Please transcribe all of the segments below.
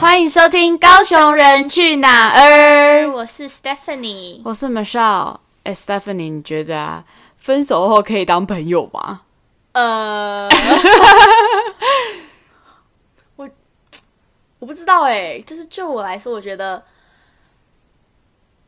欢迎收听《高雄人去哪儿》，我是 Stephanie，我是 Michelle。哎，Stephanie，你觉得啊，分手后可以当朋友吗？呃， 我我不知道哎、就是就我来说，我觉得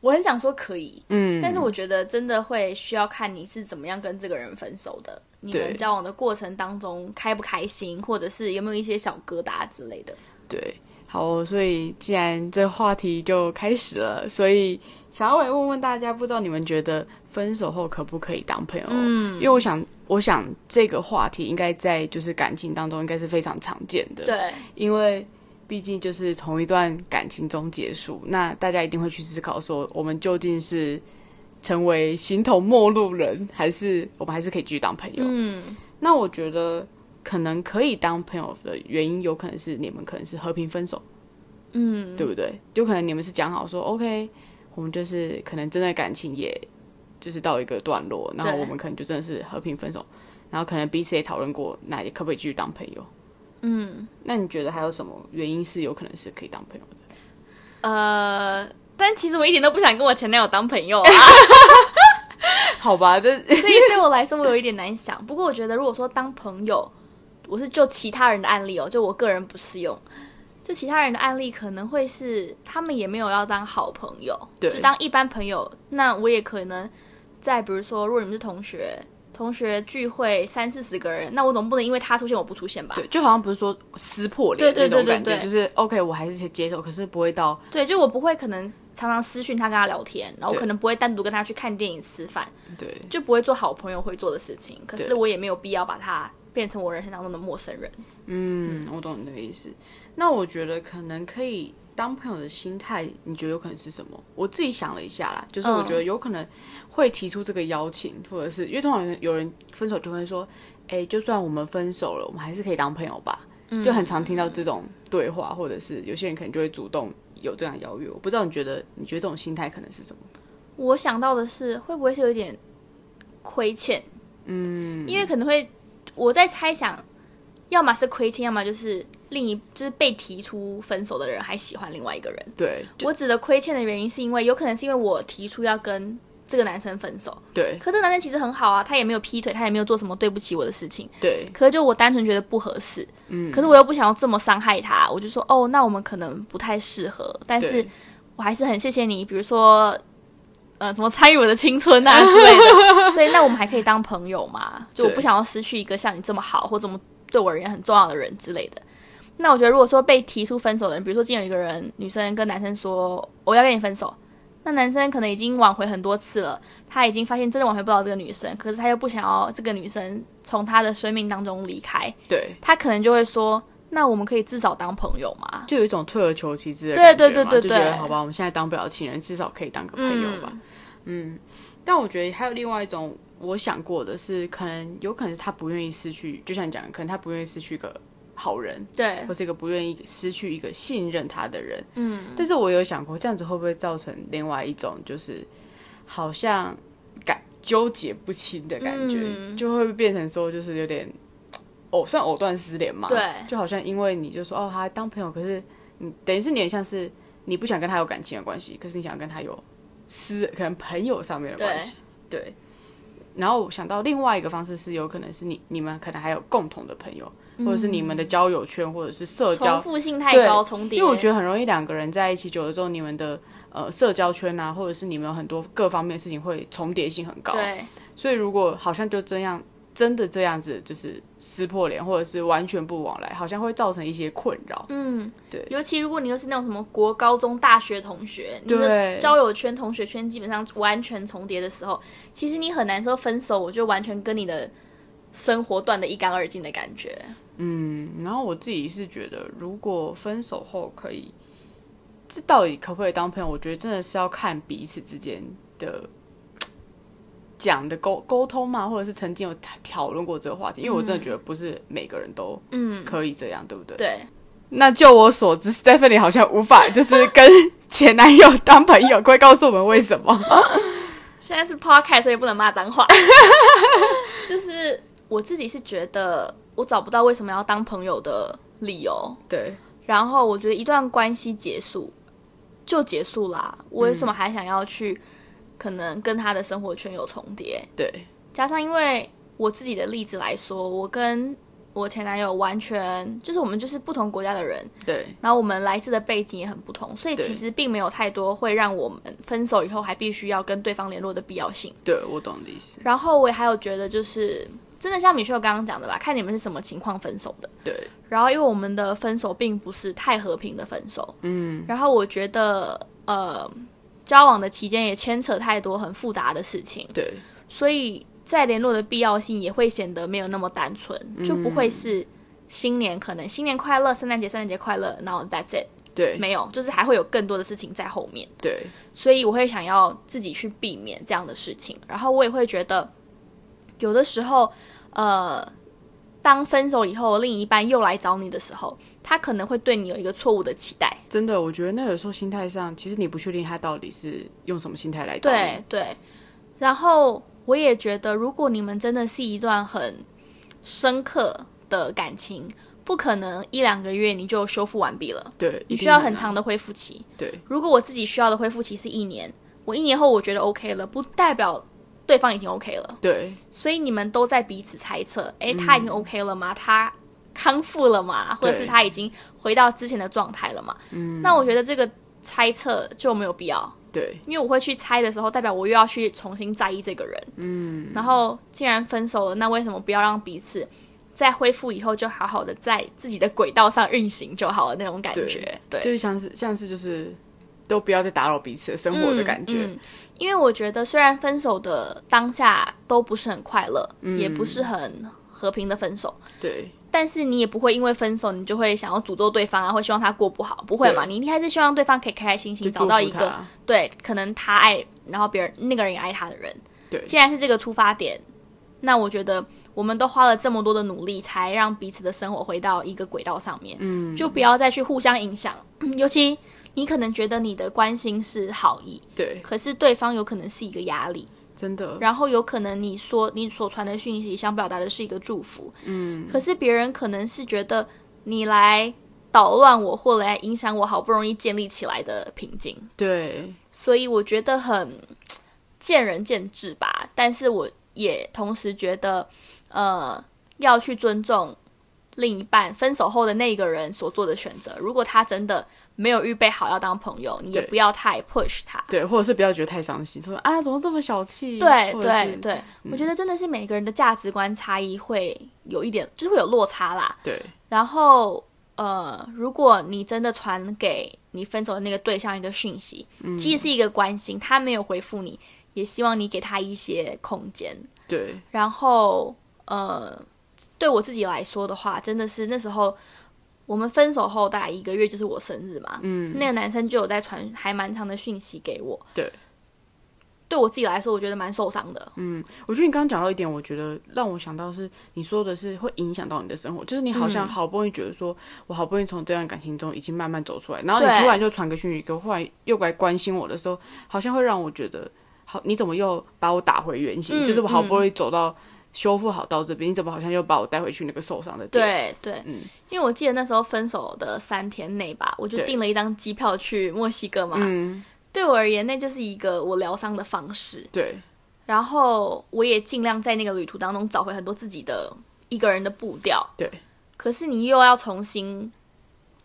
我很想说可以，嗯，但是我觉得真的会需要看你是怎么样跟这个人分手的，你对们交往的过程当中开不开心，或者是有没有一些小疙瘩之类的。对，好，所以既然这话题就开始了，所以小伟问问大家，不知道你们觉得分手后可不可以当朋友？嗯，因为我想，我想这个话题应该在就是感情当中应该是非常常见的，，对，因为。毕竟就是从一段感情中结束，那大家一定会去思考说，我们究竟是成为形同陌路人，还是我们还是可以继续当朋友？嗯，那我觉得可能可以当朋友的原因，有可能是你们可能是和平分手，嗯，对不对？就可能你们是讲好说，OK，我们就是可能真的感情也就是到一个段落，然后对我们可能就真的是和平分手，然后可能彼此也讨论过，那也可不可以继续当朋友？嗯，那你觉得还有什么原因是有可能是可以当朋友的？ 呃，但其实我一点都不想跟我前男友当朋 友啊。好吧，这所以对我来说，我有一点难想。不过我觉得，如果说当朋友，我是就其他人的案例哦，就我个人不适用。就其他人的案例，可能会是他们也没有要当好朋友，对就当一般朋友。那我也可能在比如说，如果你们是同学，同学聚会三四十个人，那我总不能因为他出现我不出现吧？对，就好像不是说撕破脸对对那种对对感觉，对就是 OK，我还是接受，可是不会到对，就我不会可能常常私讯他跟他聊天，然后我对可能不会单独跟他去看电影吃饭，对就不会做好朋友会做的事情。可对是我也没有必要把他变成我人生当中的陌生人。嗯，我懂你的意思。那我觉得可能可以当朋友的心态，你觉得有可能是什么？我自己想了一下啦，就是我觉得有可能会提出这个邀请，或者是因为通常有人分手就会说，哎、就算我们分手了，我们还是可以当朋友吧。就很常听到这种对话，或者是有些人可能就会主动有这样邀约。我不知道你觉得，你觉得这种心态可能是什么？我想到的是，会不会是有一点亏欠？嗯，因为可能会我在猜想，要么是亏欠，要么就是另一就是被提出分手的人还喜欢另外一个人。对，就我指的亏欠的原因，是因为有可能是因为我提出要跟这个男生分手，对可这个男生其实很好啊，他也没有劈腿，他也没有做什么对不起我的事情，对可是就我单纯觉得不合适，嗯，可是我又不想要这么伤害他，我就说哦，那我们可能不太适合，但是对我还是很谢谢你，比如说，呃，怎么参与我的青春 啊之类的，所以那我们还可以当朋友嘛？就我对不想要失去一个像你这么好或怎么对我而言很重要的人之类的。那我觉得，如果说被提出分手的人，比如说今天有一个人，女生跟男生说我要跟你分手，那男生可能已经挽回很多次了，他已经发现真的挽回不了这个女生，可是他又不想要这个女生从他的生命当中离开，对，他可能就会说，那我们可以至少当朋友嘛？就有一种退而求其次的对感觉对嘛对对就觉得对好吧，我们现在当不了情人，至少可以当个朋友吧。嗯但我觉得还有另外一种我想过的是，可能有可能是他不愿意失去，就像你讲的，可能他不愿意失去一个好人，对或，是一个不愿意失去一个信任他的人。嗯，但是我有想过，这样子会不会造成另外一种就是好像感纠结不清的感觉，嗯就会变成说就是有点偶算藕断丝连嘛。对就好像因为你就说哦，他当朋友，可是你等于是你很像是你不想跟他有感情的关系，可是你想跟他有私可能朋友上面的关系，对。然后我想到另外一个方式是，有可能是你你们可能还有共同的朋友，或者是你们的交友圈，或者是社嗯重交，复性太对高，重叠，因为我觉得很容易两个人在一起久了之后，你们的呃社交圈啊，或者是你们有很多各方面的事情会重叠性很高，对，所以如果好像就这样真的这样子，就是撕破脸，或者是完全不往来，好像会造成一些困扰。嗯，对尤其如果你又是那种什么国高中、大学同学，你对的交友圈、同学圈基本上完全重叠的时候，其实你很难说分手，我就完全跟你的生活断得一干二净的感觉。嗯然后我自己是觉得，如果分手后可以，这到底可不可以当朋友？我觉得真的是要看彼此之间的讲的沟沟通嘛，或者是曾经有讨讨论过这个话题，因为我真的觉得不是每个人都嗯，可以这样，对不嗯对？对，那就我所知，Stephanie 好像无法就是跟 前男友当朋友，可以告诉我们为什么？现在是 podcast，所以不能骂 脏话。就是我自己是觉得我找不到为什么要当朋友的理由，对，然后我觉得一段关系结束就结束啦，我为什嗯么还想要去可能跟他的生活圈有重叠？对，加上因为我自己的例子来说，我跟我前男友完全就是我们就是不同国家的人，对，然后我们来自的背景也很不同，所以对其实并没有太多会让我们分手以后还必须要跟对方联络的必要性。对，我懂你的意思。然后我也还有觉得，就是真的像米秀刚刚讲的吧，看你们是什么情况分手的。对，然后因为我们的分手并不是太和平的分手，嗯，然后我觉得呃，交往的期间也牵扯太多很复杂的事情，对，所以再联络的必要性也会显得没有那么单纯，就不会是新年可能新年快乐、圣诞节、圣诞节快乐，然后 that's it，对，没有，就是还会有更多的事情在后面。对，所以我会想要自己去避免这样的事情。然后我也会觉得，有的时候，呃，当分手以后，另一半又来找你的时候，他可能会对你有一个错误的期待。真的，我觉得那有时候心态上，其实你不确定他到底是用什么心态来找你。对对。然后我也觉得，如果你们真的是一段很深刻的感情，不可能一两个月你就修复完毕了。对，你一定需要的很呢长。的恢复期。对，如果我自己需要的恢复期是一年，我一年后我觉得 OK 了，不代表对方已经 OK 了。对，所以你们都在彼此猜测，诶，他已经 OK 了吗？他康复了吗？或者是嗯对他已经回到之前的状态了吗？嗯，那我觉得这个猜测就没有必要，对，因为我会去猜的时候，代表我又要去重新在意这个人。嗯，然后既然分手了，那为什么不要让彼此在恢复以后就好好的在自己的轨道上运行就好了？那种感对觉，对，就是像是像是就是都不要再打扰彼此的生活的感觉。嗯嗯因为我觉得，虽然分手的当下都不是很快乐，也不是很和平的分手，对，但是你也不会因为分手你就会想要诅咒对方啊，会希望他过不好，不会嘛？对你一开始希望对方可以开开心就心，祝找到福一个他对，可能他爱，然后别人那个人也爱他的人。对既然是这个出发点，那我觉得我们都花了这么多的努力，才让彼此的生活回到一个轨道上面，嗯，就不要再去互相影响，尤其。你可能觉得你的关心是好意，对，可是对方有可能是一个压力，真的，然后有可能你说你所传的讯息想表达的是一个祝福，嗯，可是别人可能是觉得你来捣乱我或来影响我好不容易建立起来的平静，对，所以我觉得很见仁见智吧。但是我也同时觉得，呃，要去尊重另一半分手后的那个人所做的选择。如果他真的没有预备好要当朋友，你也对不要太 push 他。对，或者是不要觉得太伤心，说啊，怎么这么小气？对或者对是嗯对，我觉得真的是每个人的价值观差异会有一点，就是会有落差啦。对，然后呃，如果你真的传给你分手的那个对象一个讯息，嗯其实是一个关心，他没有回复你，也希望你给他一些空间。对，然后呃，对我自己来说的话，真的是那时候。我们分手后大概一个月就是我生日嘛，嗯，那个男生就有在传还蛮长的讯息给我，对，对我自己来说，我觉得蛮受伤的，我觉得你刚刚讲到一点，我觉得让我想到是你说的是会影响到你的生活，就是你好嗯像好不容易觉得说，我好不容易从这段感情中已经慢慢走出来，然后你对突然就传个讯息给我，忽然又来关心我的时候，好像会让我觉得，好，你怎么又把我打回原形？嗯就是我好不容易走到修复好到这边，你怎么好像又把我带回去那个受伤的点？嗯对对，因为我记得那时候分手的三天内吧，我就对订了一张机票去墨西哥嘛。嗯，对我而言，那就是一个我疗伤的方式。对然后我也尽量在那个旅途当中找回很多自己的一个人的步调。对，可是你又要重新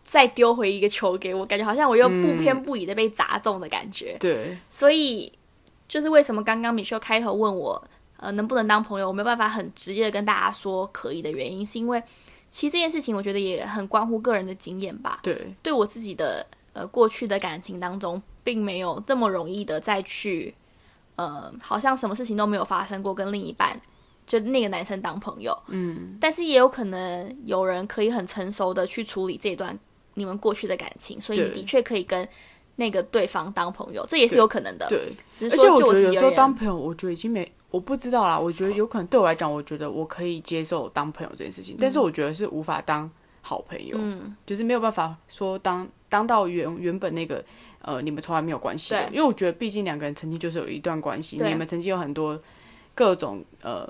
再丢回一个球给我，感觉好像我又不嗯偏不倚的被砸中的感觉。对所以就是为什么刚刚米秀开头问我，呃，能不能当朋友，我没有办法很直接的跟大家说可以的原因，是因为其实这件事情我觉得也很关乎个人的经验吧。对对我自己的呃过去的感情当中，并没有这么容易的再去，呃，好像什么事情都没有发生过，跟另一半就那个男生当朋友，嗯，但是也有可能有人可以很成熟的去处理这段你们过去的感情，所以你对的确可以跟那个对方当朋友，这也是有可能的，对，只是而且说我就觉得自有己时而候当言，朋友，我觉得已经没，我不知道啦。我觉得有可能对我来讲，我觉得我可以接受当朋友这件事情，但是我觉得是无法当好朋友，嗯，就是没有办法说当当到原原本那个呃你们从来没有关系的，对因为我觉得毕竟两个人曾经就是有一段关系，对你们曾经有很多各种呃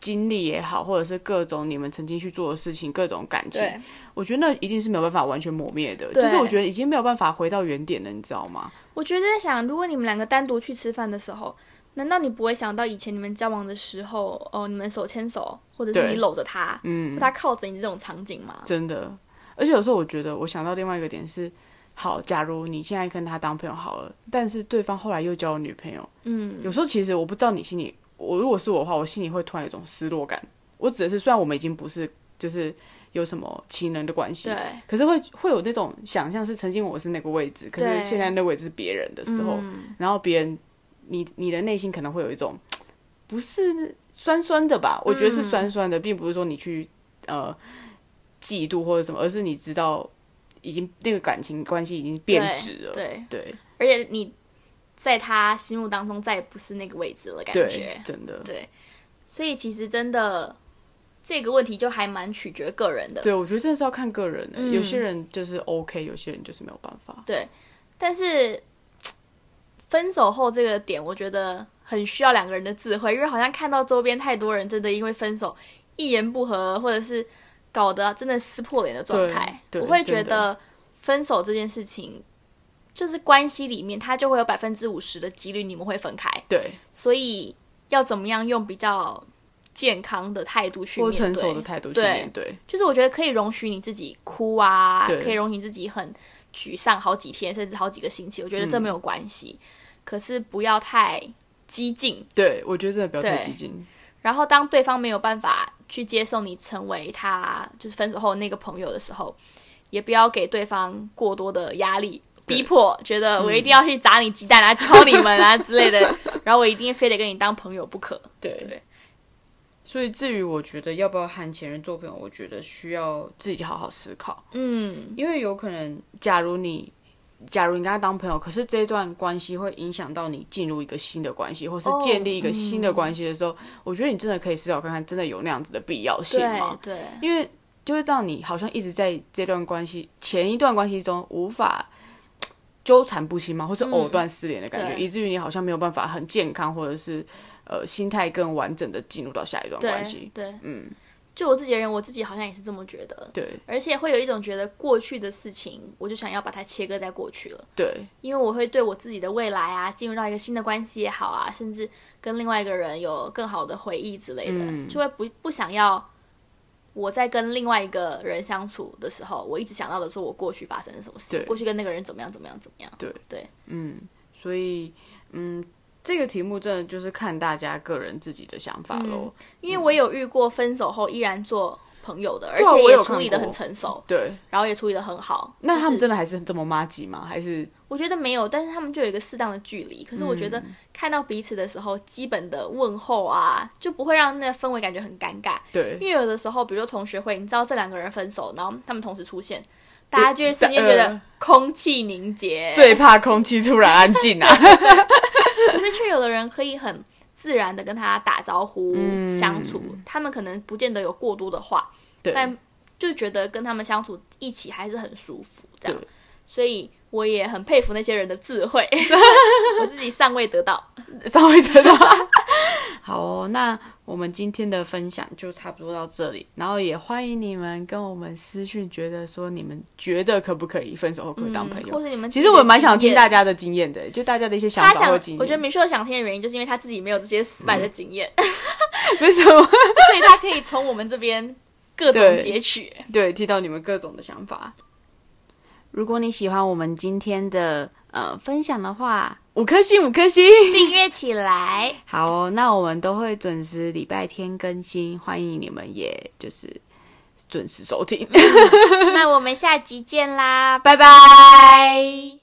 经历也好，或者是各种你们曾经去做的事情，各种感情，对，我觉得那一定是没有办法完全磨灭的，对就是我觉得已经没有办法回到原点了，你知道吗？我觉得在想，如果你们两个单独去吃饭的时候，难道你不会想到以前你们交往的时候，哦，你们手牵手，或者是对你搂着他，嗯，他靠着你这种场景吗？真的。而且有时候我觉得，我想到另外一个点是，好，假如你现在跟他当朋友好了，但是对方后来又交了女朋友，嗯，有时候其实我不知道你心里，我如果是我的话，我心里会突然有一种失落感。我指的是，虽然我们已经不是就是有什么情人的关系，对，可是会会有那种想象是曾经我是那个位置，可对嗯是现在那个位置是别人的时候，然后别人你你的内心可能会有一种不是酸酸的嗯吧？我觉得是酸酸的，并不是说你去呃嫉妒或者什么，而是你知道已经那个感情关系已经变质了，对，对而且你在他心目当中再也不是那个位置了，感对觉，真的，对，所以其实真的这个问题就还蛮取决个人的，对我觉得真的是要看个人的、嗯有些人就是 OK，有些人就是没有办法，对，但是分手后这个点，我觉得很需要两个人的智慧，因为好像看到周边太多人真的因为分手一言不合，或者是搞得真的撕破脸的状态，对对我会觉真得分手这件事情。就是关系里面，它就会有百分之五十的几率你们会分开，对，所以要怎么样用比较健康的态度去或面者对，成熟的态度去对面对，就是我觉得可以容许你自己哭啊，对可以容许你自己很沮丧好几天，甚至好几个星期，我嗯觉得这没有关系。可是不要太激进。对我觉得真的不要太对激进，然后当对方没有办法去接受你成为他就是分手后那个朋友的时候，也不要给对方过多的压力。对嗯逼迫觉得我一定要去砸你鸡蛋啊、敲你门啊之类的， 然后我一定非得跟你当朋友不可。对。所以，至于我觉得要不要和前任做朋友，我觉得需要自己好好思考，嗯，因为有可能，假如你，假如你跟他当朋友，可是这段关系会影响到你进入一个新的关系，或是哦建立一个新的关系的时候，我觉得你真的可以思考看看，真的有那样子的必要性对吗？对，因为就会让你好像一直在这段关系前一段关系中无法嘖纠缠不清嘛，或是藕断丝连的感觉，嗯对以至于你好像没有办法很健康，或者是呃心态更完整的进入到下一段关系。对，对嗯，就我自己的人，我自己好像也是这么觉得，对而且会有一种觉得过去的事情，我就想要把它切割在过去了，对因为我会对我自己的未来啊，进入到一个新的关系也好啊，甚至跟另外一个人有更好的回忆之类的，嗯就会不不想要。我在跟另外一个人相处的时候，我一直想到的是我过去发生了什么事，对过去跟那个人怎么样怎么样怎么样。嗯，所以嗯，这个题目真的就是看大家个人自己的想法喽。因为我有遇过分手后依然做朋友的，嗯而对啊且我也有处理看的过很成熟，对，然后也处理的很好。那就他们是真的还是这么妈吉吗？还是我觉得没有，但是他们就有一个适当的距离。可是我觉得嗯看到彼此的时候，基本的问候啊，就不会让那个氛围感觉很尴尬。对因？为有的时候，比如说同学会，你知道这两个人分手，然后他们同时出现，大家就会瞬间觉得呃空气凝结。最怕空气突然安静啊！可是却有的人可以很自然的跟他打招呼、嗯相处，他们可能不见得有过多的话，对，但就觉得跟他们相处一起还是很舒服，这样对。所以我也很佩服那些人的智 慧，我自己尚未得到。稍微知道。 好哦，那我们今天的分享就差不多到这里，然后也欢迎你们跟我们私讯，觉得说你们觉得可不可以分手后可不可以当朋嗯或友？者你们其实我蛮想听大家。家的经验的，就大家的一些想他法想或经，验。我觉得米秀想听的原因，就是因为他自己没有这些死板的经验， 嗯为什么 所以他可以从我们这边各种对截取。对听到你们各种的想法？如果你喜欢我们今天的呃分享的话，五颗星，五颗星。 订阅起 来，好哦，那我们都会准时礼拜天更新，欢迎你们，也就是准时收听，那我们下集见啦，拜拜。拜。